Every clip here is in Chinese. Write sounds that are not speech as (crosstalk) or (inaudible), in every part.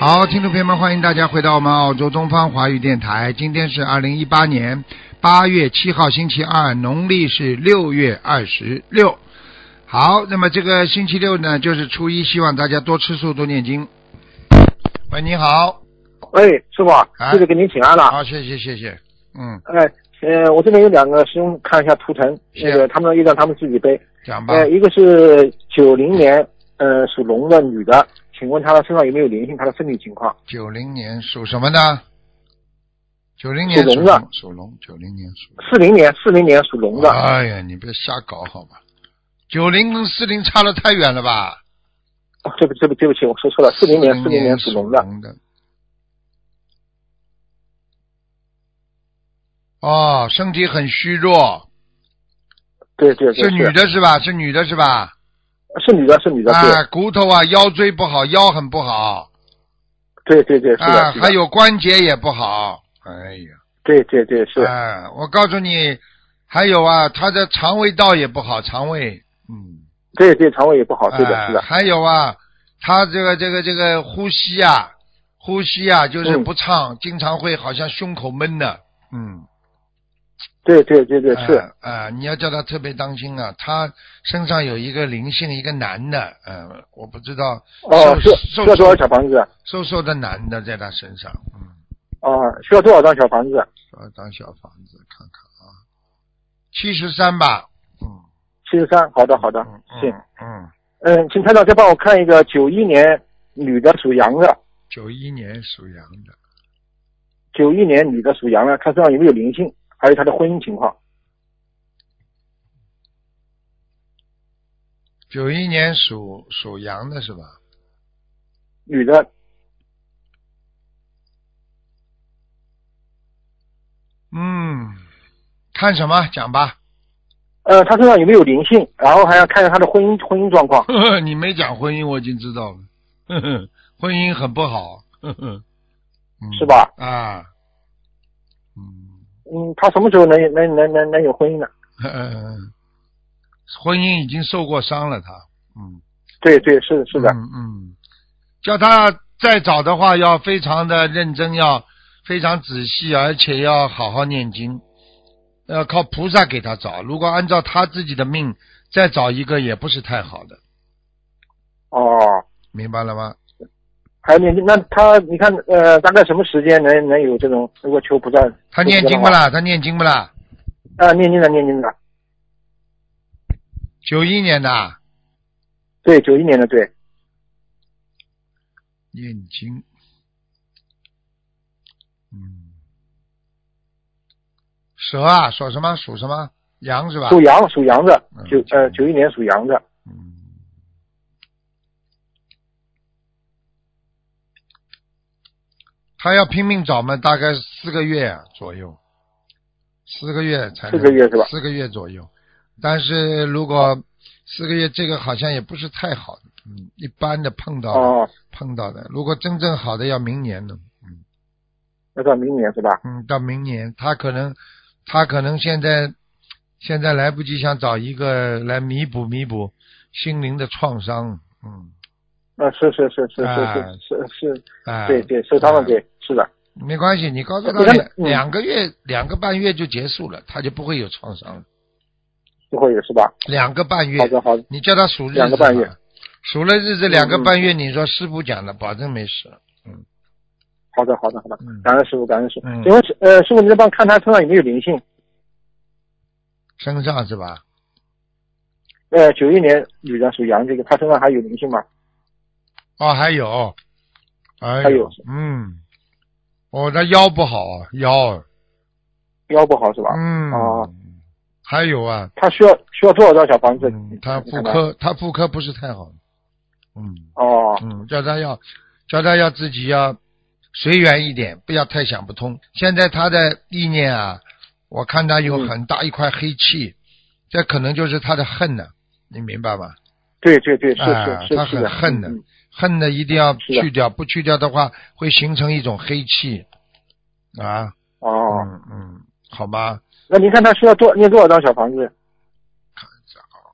好，听众朋友们，欢迎大家回到我们澳洲东方华语电台。今天是二零一八年八月七号，星期二，农历是六月二十六。好，那么这个星期六呢，就是初一，希望大家多吃素，多念经。喂，你好，哎，师傅，弟子给您请安了。好，谢谢，谢谢，嗯，哎，呃，我这边有两个师兄看一下图腾，是那个他们也让他们自己背。讲吧。呃，一个是九零年，呃，属龙的女的，请问她的身上有没有灵性？她的身体情况？九零年属什么呢？九零年属龙的，属龙，九零年属四零年，四零年属龙龙。的，哎呀，你别瞎搞好吧？九零跟四零差的太远了吧？哦对不起，对不起，对不起，我说错了，四零年，四零年年属龙的。龙的。哦，身体很虚弱，对对对，是女的是吧？是女的是吧？是女的，是女的，啊，骨头啊，腰椎不好，腰很不好，对对对对，是啊的，是，的还有关节也不好。哎呀，对对对是，哎，我告诉你，还有啊，他的肠胃道也不好，肠胃，嗯，对对肠胃也不好，哦对哎的是的，还有啊，他这个这个这个呼吸啊，呼吸啊，就是嗯不畅，经常会好像胸口闷的，嗯，对对对对哎是，啊、你要叫他特别当心啊，他身上有一个灵性，一个男的，嗯、我不知道哦瘦是瘦需要多少小房子？啊瘦瘦的男的在他身上，嗯，哦需要多少张小房子？啊稍微当小房子看看啊，七十三吧，嗯，七十三，好的好的，嗯行。嗯嗯，嗯，请台长再帮我看一个九一年女的属羊的，九一年属羊的，九一年女的属羊的，看身上有没有灵性，还有她的婚姻情况。九一年属属羊的是吧？女的，嗯，看什么讲吧？ (laughs) 呃，她身上有没有灵性？然后还要看一下她的婚姻婚姻状况。呵呵，你没讲婚姻，我已经知道了。 (laughs) 呵呵，婚姻很不好， (laughs) 呵呵，嗯是吧？啊，嗯，嗯，她什么时候能能能能能有婚姻呢？呵呵呃婚姻已经受过伤了，他，嗯，对对，是是的，嗯嗯，叫他再找的话，要非常的认真，要非常仔细，而且要好好念经，要靠菩萨给他找。如果按照他自己的命再找一个，也不是太好的，哦，明白了吗？还有念经，那她你看呃，大概什么时间能能有这种？如果求菩萨，他念经不啦？他念经不啦？啊、念经的念经的，九一年的对，九一年的对，念经，嗯，蛇啊，属什么？属什么？羊是吧？属羊属羊的啊嗯，九呃九一年属羊的，嗯，他要拼命找嘛，大概四个月啊左右，四个月才能四个月是吧四个月左右，但是如果四个月这个好像也不是太好，嗯，一般的碰到的哦，碰到的，如果真正好的要明年呢，嗯要到明年是吧？嗯，到明年他可能他可能现在现在来不及想找一个来弥补弥补心灵的创伤，嗯。啊，是是是是啊是是是是，啊，对对，受伤了，对，是的，没关系，你告诉他你看两嗯两个月、两个半月就结束了，他就不会有创伤了。不会有是吧？两个半月好，的好的，你叫他数日子吧，两个半月数了日子嗯两个半月，你说师傅讲了，保证没事。好的好的好的嗯，感恩师傅感恩师傅嗯。请问师呃师傅，您能帮我看他身上有没有灵性？身上是吧？呃，九一年女的属羊，这个她身上还有灵性吗？哦，还有，哎呦还有嗯，我的腰不好，啊腰，腰不好是吧？嗯，哦，还有啊，她需要需要多少张小房子嗯，？他看妇看科，他妇科不是太好，嗯。哦，嗯，叫他要，叫他要自己要随缘一点，不要太想不通。现在他的意念啊，我看他有嗯很大一块黑气，这可能就是他的恨呢、你明白吗？对对对，是啊是他很是是的，恨的嗯嗯恨呢一定要是的去掉，不去掉的话会形成一种黑气啊。哦，嗯嗯，好吧，那您看她需要多念多少张小房子？看一下啊，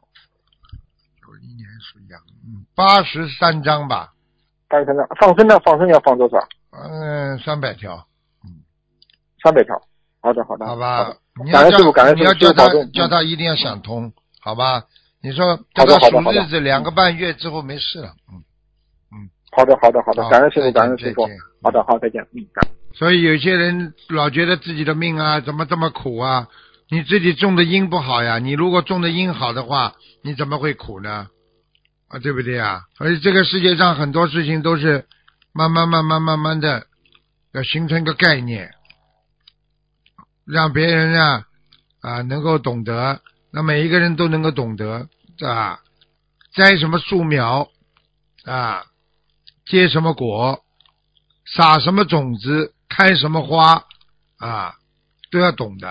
九一年属羊，嗯，八十三章吧，单身的放生呢？放生要放多少？嗯，三百条，三百条。好的，好的，好好吧的。？你感要恩师傅感叫恩你师傅要叫师傅他保重叫嗯他一定要想通，好吧？你说叫好他的好的数好的日子，两个半月之后没事了，嗯。好的，好的，好的好，感恩师再傅，见感恩师傅再见。好的，好，再见。嗯，感所以有些人老觉得自己的命啊，怎么这么苦啊？你自己种的因不好呀，你如果种的因好的话，你怎么会苦呢？啊，对不对呀？所以这个世界上很多事情都是慢慢慢慢慢慢的要形成一个概念，让别人啊啊能够懂得，让每一个人都能够懂得啊，栽什么树苗啊，结什么果，撒什么种子，开什么花啊，都要懂的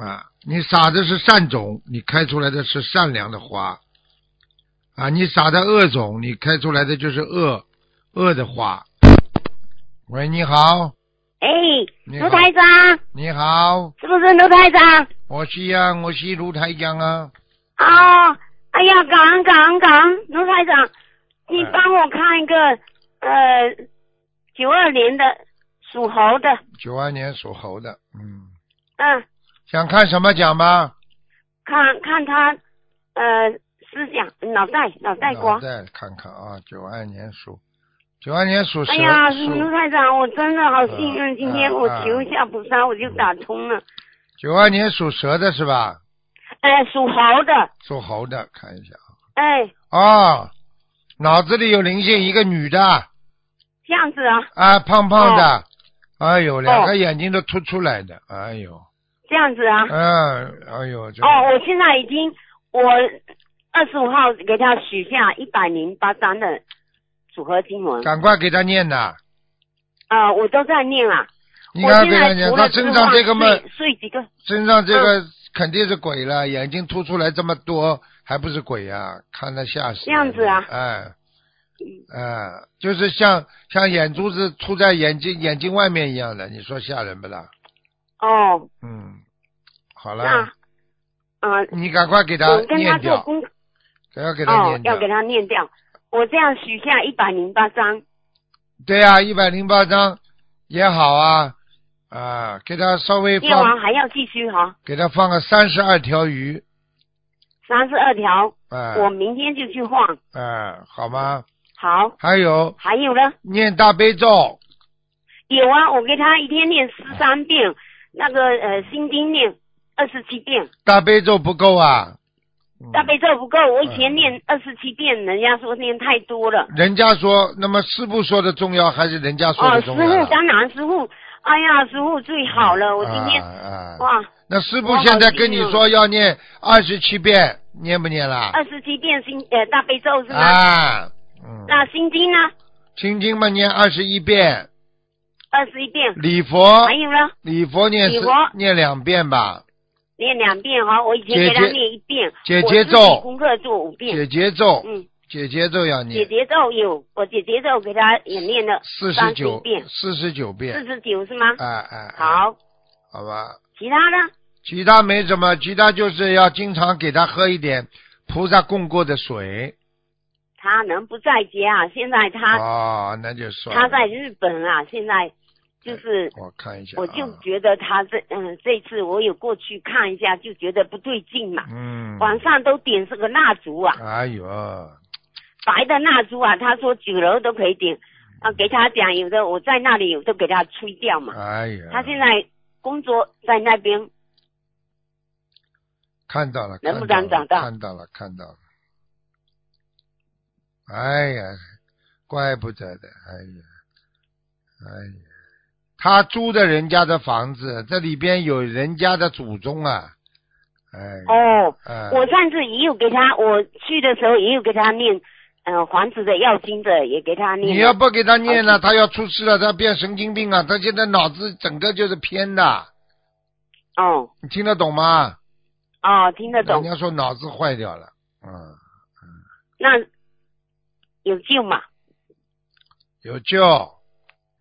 啊。你撒的是善种，你开出来的是善良的花啊；你撒的恶种，你开出来的就是恶恶的花。喂，你好，哎，你卢好台长，你好，是不是卢台长？我是呀、我是卢台长啊。啊、哎呀，感恩感恩感恩，卢台长，你哎帮我看一个，呃，九二年的属猴的，九二年属猴的，嗯，嗯，想看什么奖吗？看看他，呃，思想脑袋脑袋瓜。再看看啊，九二年属，九二年属蛇，哎呀，属卢台长，我真的好幸嗯运，今天我嗯求一下菩萨，我就打通了。九二年属蛇的是吧？哎，属猴的，属猴的，看一下啊哎，哦，脑子里有灵性，一个女的这样子啊，啊，胖胖的，嗯哎呦，两个眼睛都凸出来的，哎呦，这样子啊。嗯、啊，哎呦，这个哦，我现在已经我二十五号给他许下一百零八张的组合经文，赶快给他念呐！啊，我都在念啊。你我赶快现给他在念，除他了身上这个嘛，睡睡几个？身上这个嗯肯定是鬼了，眼睛凸出来这么多，还不是鬼呀、看他吓死人。这样子啊哎，哎，就是像像眼珠子凸在眼睛眼睛外面一样的，你说吓人不啦？哦，嗯，好了，那，呃，你赶快给他我跟他念做掉，功，赶快给他哦念，掉。要给他念掉。我这样许下一百零八张，对呀、啊，一百零八章也好啊，啊，给他稍微念完放，还要继续哈，给他放个三十二条鱼，三十二条，哎、我明天就去换。哎、好吗？好，还有还有呢？念大悲咒，有啊，我给他一天念十三遍，那个呃心经念二十七遍。大悲咒不够啊。嗯大悲咒不够，我以前念二十七遍，人家说念太多了。人家说，那么师傅说的重要还是人家说哦，的师重傅要啊？当然师傅，哎呀，师傅最好了，我今天、啊啊哇那师傅现在跟你说要念二十七遍，念不念啦？哦二十七遍心呃大悲咒是吗？啊，嗯，那心经呢？心经嘛念二十一遍，二十一 (laughs) 遍，礼佛还有呢，礼佛念哎礼四佛念两遍吧，念两遍哈、我以前姐给姐他念一遍，姐我姐自己咒功课做五遍，解结咒嗯，解结咒要姐念姐咒有，我姐姐咒给他也念了四十三十九遍，四十九四遍，十九是吗？哎哎，哎，好，好吧，其他呢？其他没什么，其他就是要经常给他喝一点菩萨供过的水。他能不在家啊？现在他、哦，那就算了。他在日本啊，现在就是我看一下啊，我就觉得他这嗯这次我有过去看一下，就觉得不对劲嘛。嗯，晚上都点这个蜡烛啊，哎呦，白的蜡烛啊，他说九楼都可以嗯点，啊，给他讲有的我在那里有的给他吹掉嘛。哎呀，他现在工作在那边，看到了，能不看能长大看到了，看到了。哎呀，怪不得的，哎呀，哎呀，他租的人家的房子，这里边有人家的祖宗啊，哎，哦哎，我上次也有给他，我去的时候也有给他念，嗯、呃，房子的要经的也给他念了。你要不给他念啊了，他要出事了，他变神经病了，啊他现在脑子整个就是偏的，哦你听得懂吗？哦，听得人懂，家说脑子坏掉了，嗯，那有救嘛？有救，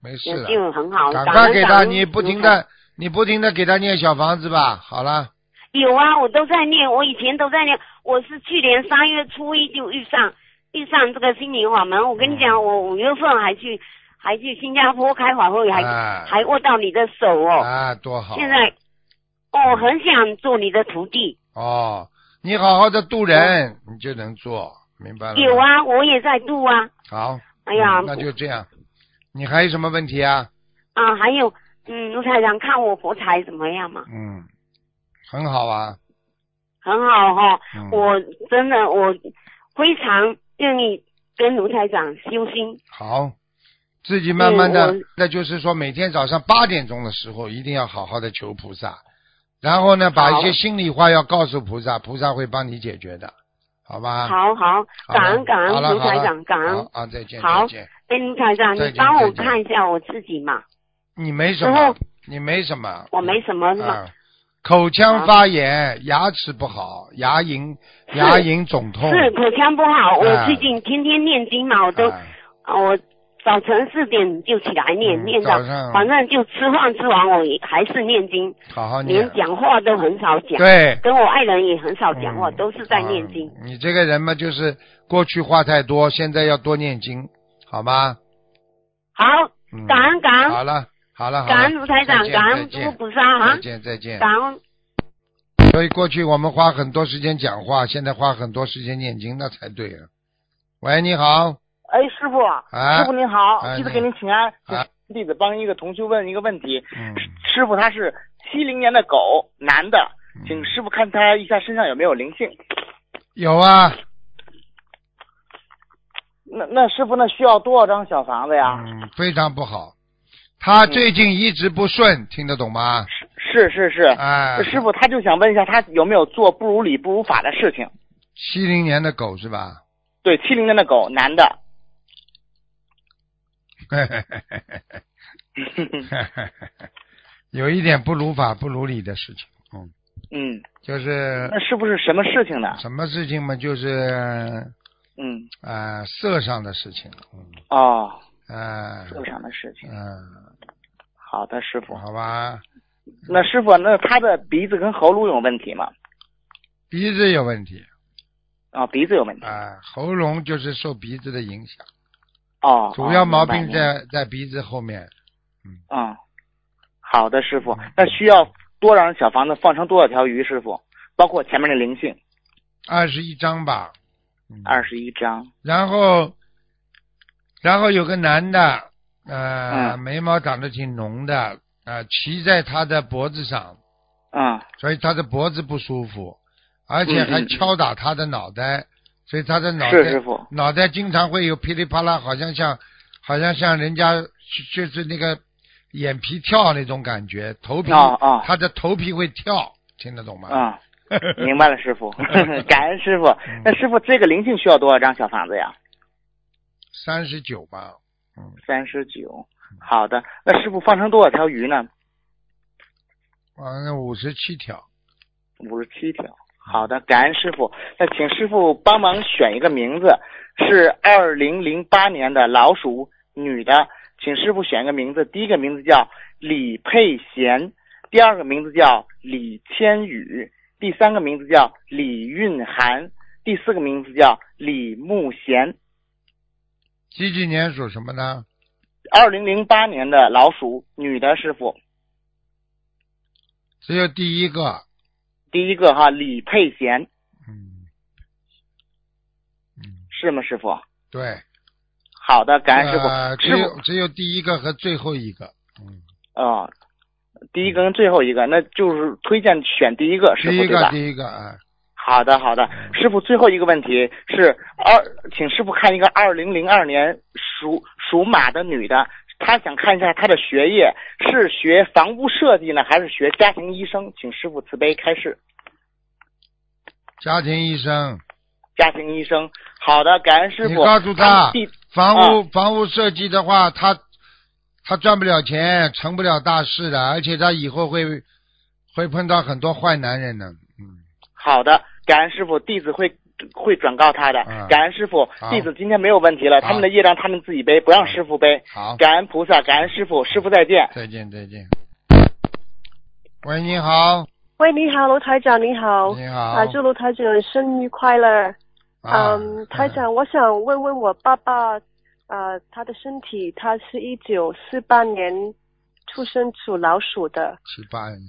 没事有了，救很好，赶感快恩给感他，恩你不卢停台的，你不停的给他念小房子吧，好了，有啊，我都在念，我以前都在念，我是去年三月初一就遇上，去上这个心灵法门。我跟你嗯讲，我五月份还去还去新加坡开法会，还、哎还握到你的手哦。啊，多好！现在我很想做你的徒弟。哦，你好好的度人，你就能做，明白了吗？嗯有啊，我也在度啊。好，哎呀嗯，那就这样。你还有什么问题啊？啊，还有，嗯，卢台长看我佛台怎么样嘛？嗯，很好啊。很好哈、嗯、我真的我非常愿意跟卢台长修心。好，自己慢慢的嗯我，那就是说每天早上八点钟的时候，一定要好好的求菩萨，然后呢，把一些好心里话要告诉菩萨，菩萨会帮你解决的，好吧？好好，啊好了，感恩感好恩了卢台长，感好恩了。好啊，再见，好再见。哎，卢台长，再你见帮我再见看一下我自己嘛，你没什然么后，你没什么，我没什么是吗？啊，口腔发炎，牙齿不好，牙龈是牙龈肿痛，啊是口腔不哎好，我最近天天念经嘛，我都、啊啊我早晨四点就起来念，嗯念到早上反正就吃饭吃完我也还是念经，好好哦念连，讲话都很少讲，对，跟我爱人也很少讲话，嗯都是在念经。啊你这个人嘛，就是过去话太多，现在要多念经，好吗？好，嗯，感恩感恩好了，好了，好了感恩卢台再长，见感再恩诸见佛菩萨啊再，见，再见。感恩所以过去我们花很多时间讲话，现在花很多时间念经，那才对啊。喂，你好，哎，师傅，啊师傅您好哎，弟子你给您请安。啊弟子帮一个同学问一个问题，嗯，师傅他是七零年的狗，男的，嗯请师傅看他一下身上有没有灵性。有啊，那那师傅那需要多少张小房子呀？嗯，非常不好。他最近一直不顺，听得懂吗？是是是，哎，师傅他就想问一下他有没有做不如理不如法的事情。七零年的狗是 (laughs) 吧？对，七零年的狗，男的。有一点不如法不如理的事情，嗯，嗯，就是啊那师傅是什么事情呢？什么事情嘛，就是嗯，啊、呃色上的事情，嗯，哦，啊、这上的事情。嗯、好的，师傅。好吧，那师傅，那他的鼻子跟喉咙有问题吗？鼻子有问题啊、鼻子有问题。啊、喉咙就是受鼻子的影响，哦，主要毛哦明病白在在鼻子后面，嗯，好的，师傅，那需要多少小房子放成多少条鱼？师傅，包括前面的灵性二十一张吧，嗯二十一张。然后，然后有个男的，呃，嗯眉毛长得挺浓的，呃，骑在他的脖子上，嗯，所以他的脖子不舒服，而且嗯还嗯嗯敲打他的脑袋，所以他的脑是袋师傅。脑袋经常会有噼里啪啦，好像像好像像人家就就是那个眼皮跳那种感觉，头皮、哦哦他的头皮会跳，听得懂吗？嗯，明白了，师 (laughs) 傅，感恩师傅。嗯那师傅，这个灵性需要多少张小房子呀？三十九吧，三十九。好的，那师傅放成多少条鱼呢？完了啊五十七条，五十七条。好的，感恩师傅。那请师傅帮忙选一个名字，是二零零八年的老鼠女的，请师傅选一个名字。第一个名字叫李佩贤，第二个名字叫李千羽，第三个名字叫李韵涵，第四个名字叫李慕贤。几几年属什么呢？二零零八年的老鼠女的师傅，只有第一个，第一个哈李佩贤嗯，嗯，是吗？师傅，对，好的，感恩师傅。呃只师傅有只有第一个和最后一个，嗯，啊、第一个跟最后一个，那就是推荐选第一个，师第傅一对个吧？第一个啊，好的，好的，师傅，最后一个问题是二，请师傅看一个二零零二年属属马的女的，她想看一下她的学业是学房屋设计呢，还是学家庭医生？请师傅慈悲开示。家庭医生，家庭医生，好的，感恩师你傅。告诉他第房屋、房屋设计的话，他他赚不了钱，成不了大事的，而且他以后会会碰到很多坏男人的，嗯，好的，感恩师傅，弟子会会转告他的嗯。感恩师傅好，嗯弟子今天没有问题了，他们的业障他们自己背，不让师傅背。好，感恩菩萨，感恩师傅，师傅再见。再见再见。喂，你好，喂，你好，卢台长，你好。你好，啊，祝卢台长生日快乐！啊嗯，台长，我想问问我爸爸，呃，他的身体，他是一九四八年出生属老鼠的，七八年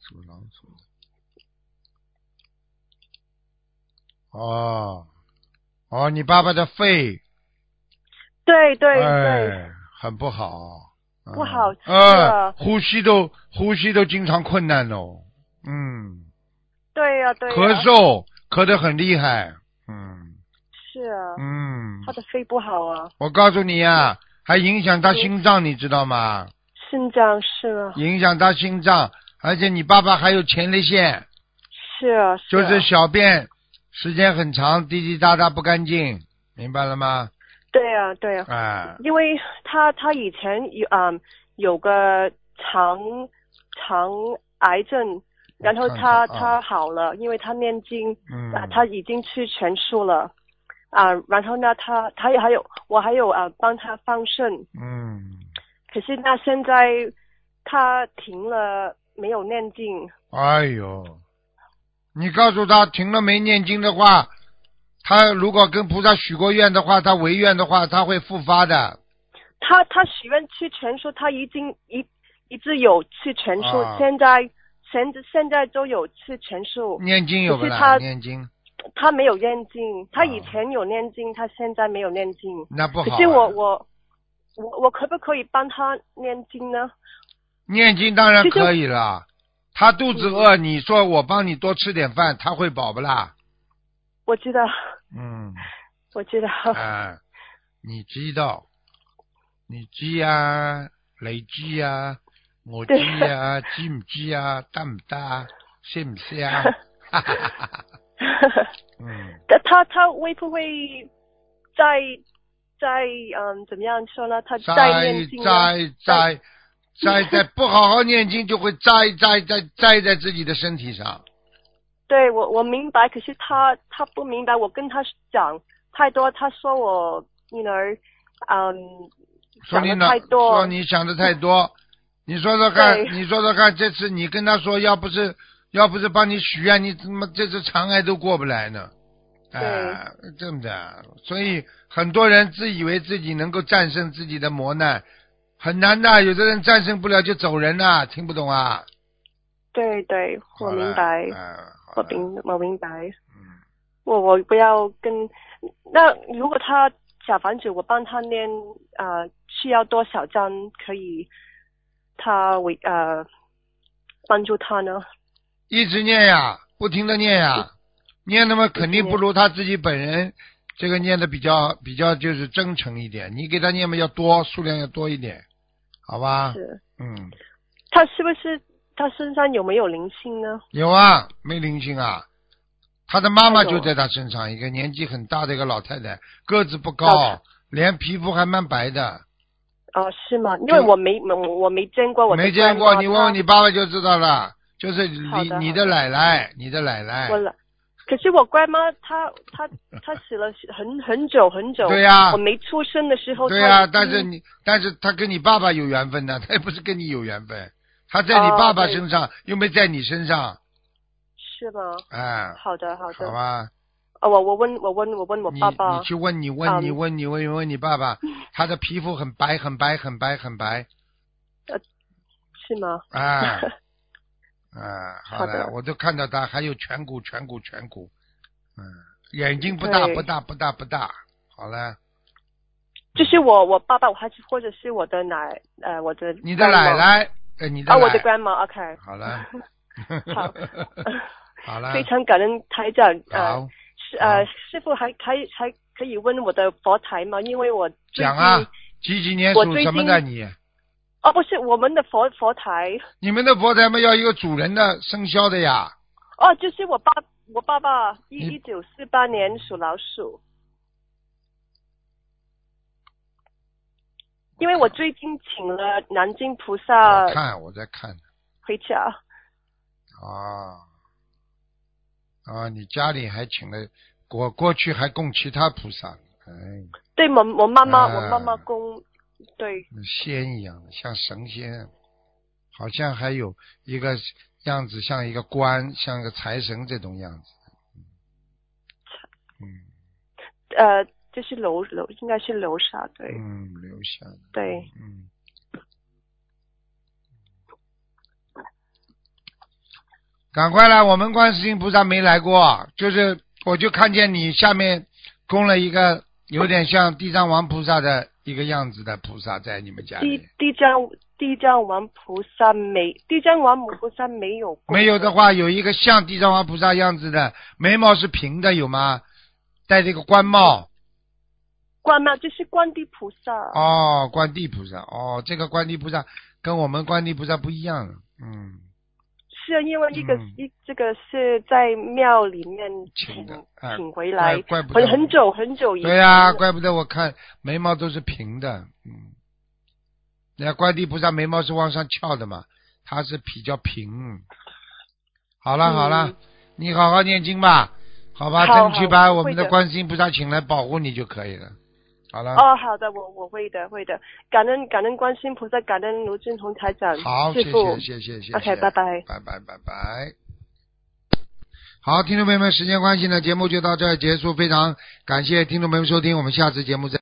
属老鼠的。哦，哦，你爸爸的肺，对对对，哎，很不好，嗯不好吃哎啊，呼吸都呼吸都经常困难哦，嗯，对呀对呀，啊咳嗽咳得很厉害，嗯是啊，嗯他，的肺不好啊，我告诉你啊，还影响他心脏，你知道吗？肾脏是啊影响他心脏，而且你爸爸还有前列腺，是啊，就啊是小便时间很长，滴滴答答不干净，明白了吗？对呀对呀，哎，因为他他以前有嗯有个肠肠癌症，然后他看看啊他好了，因为他念经，嗯，啊，他已经吃全素了，啊，然后呢，他他也还有我还有啊帮他放生，嗯，可是那现在他停了，没有念经，哎呦，你告诉他停了没念经的话，他如果跟菩萨许过愿的话，他违愿的话，他会复发的。他他许愿吃全素，他已经一一直有吃全素，啊现在现现在都有吃全素，念经有不可是啦？他念经他没有念经，他以啊前有念经，他现在没有念经，那不好啊、可是我我我我可不可以帮他念经呢？念经当然其实嗯可以了。他肚子饿，你说我帮你多吃点饭，他会饱不啦？我知道，嗯， (laughs) 我知道，啊，你知道，你知啊，你知啊，我知啊，知唔知啊，得唔得啊，识唔识 (laughs) 啊？哈哈哈哈嗯， (laughs) 他他他会不会在在嗯怎么样说呢？他在栽念经啊栽栽栽在不好好念经，就会栽栽栽栽在自己的身体上。对我我明白，可是他他不明白，我跟他讲太多，他说我女儿嗯说想你的脑太多说，你想的太多。你说说看，对你说说看，这次你跟他说，要不是要不是帮你许愿，你他妈这次肠癌都过不来呢。哎、真的，所以很多人自以为自己能够战胜自己的磨难，很难的。有的人战胜不了就走人了，听不懂啊？对对，我好了明白，哎好我了明我明白，嗯我我不要跟那如果他小房子，我帮他念啊、呃需要多少张可以他为呃帮助他呢？一直念呀，不停的念呀，念那么肯定不如他自己本人这个念的比较比较就是真诚一点。你给他念嘛要多，数量要多一点，好吧？是嗯，他是不是他身上有没有灵性呢？有啊，没灵性啊。他的妈妈哎呦就在他身上，一个年纪很大的一个老太太，个子不老高，连皮肤还蛮白的，哦，是吗？因为我没我我没见过，我嗯没只见过。看你问问你爸爸就知道了，就是好你的你好的的奶奶，你的奶奶她我。了。可是我乖妈她她她死了很很久很久，对呀我没出生的时候，对呀、呀、但是你，但是他跟你爸爸有缘分呢、 (laughs) 他也不是跟你有缘分，他在你哦爸爸对身上，又没在你身上，是吗？哎，好的好的，好吧，哦我我问我问我问我你爸爸你去问你问你嗯问你问你问你爸爸，他的皮肤很白很白很白很白，是吗？ (laughs) 啊啊，好好了的，我都看到他还有颧骨颧骨颧骨，嗯，眼睛不大对不大不大不大，好了，就是我我爸爸，我还是或者是我的奶呃我的你的 grandma 奶奶，呃，你的啊我的奶 grandma，OK，、 (laughs) 好了， (laughs) 好 (laughs) 好了，非常感恩台长呃好。是好呃，师傅还还还可以问我的佛台吗？因为我最讲近啊，几几年属我最什么近的你？哦，不是我们的佛佛台你们的佛台嘛要一个主人的生肖的呀。哦，就是我爸我爸爸一你一九四八年属老鼠。因为我最近请了南京菩萨我看我在看回家，啊啊，你家里还请了，我过去还供其他菩萨，哎，对我我妈妈、我妈妈啊供，对那仙一样的，像神仙，好像还有一个样子像一个官，像个财神这种样子。嗯，呃，就是楼楼应该是楼下，对、嗯，留下的，对。嗯。赶快来，我们观世音菩萨没来过，就是我就看见你下面供了一个有点像地藏王菩萨的一个样子的菩萨在你们家地里。地藏地藏王菩萨没地藏王母菩萨没有过没有的话，有一个像地藏王菩萨样子的，眉毛是平的，有吗？戴这个官帽，观嘛，就是观地菩萨。哦，观地菩萨，哦，这个观地菩萨跟我们观地菩萨不一样，嗯，是啊因为一个、嗯一这个是在庙里面请请的哎请回来，怪怪不得很很久很久以前对呀、怪不得我看眉毛都是平的，嗯，那观地菩萨眉毛是往上翘的嘛，它是比较平。好了嗯好了，你好好念经吧，好吧，好争取好把我我会们的的观世音菩萨请来保护你就可以了。好了，哦，好的，我我会的，会的，感恩感恩观世音菩萨，感恩卢俊宏台长，好，谢师傅谢谢谢谢谢 OK，拜拜拜拜拜拜。好，听众朋友们，时间关系呢，节目就到这儿结束。非常感谢听众朋友们收听，我们下次节目再。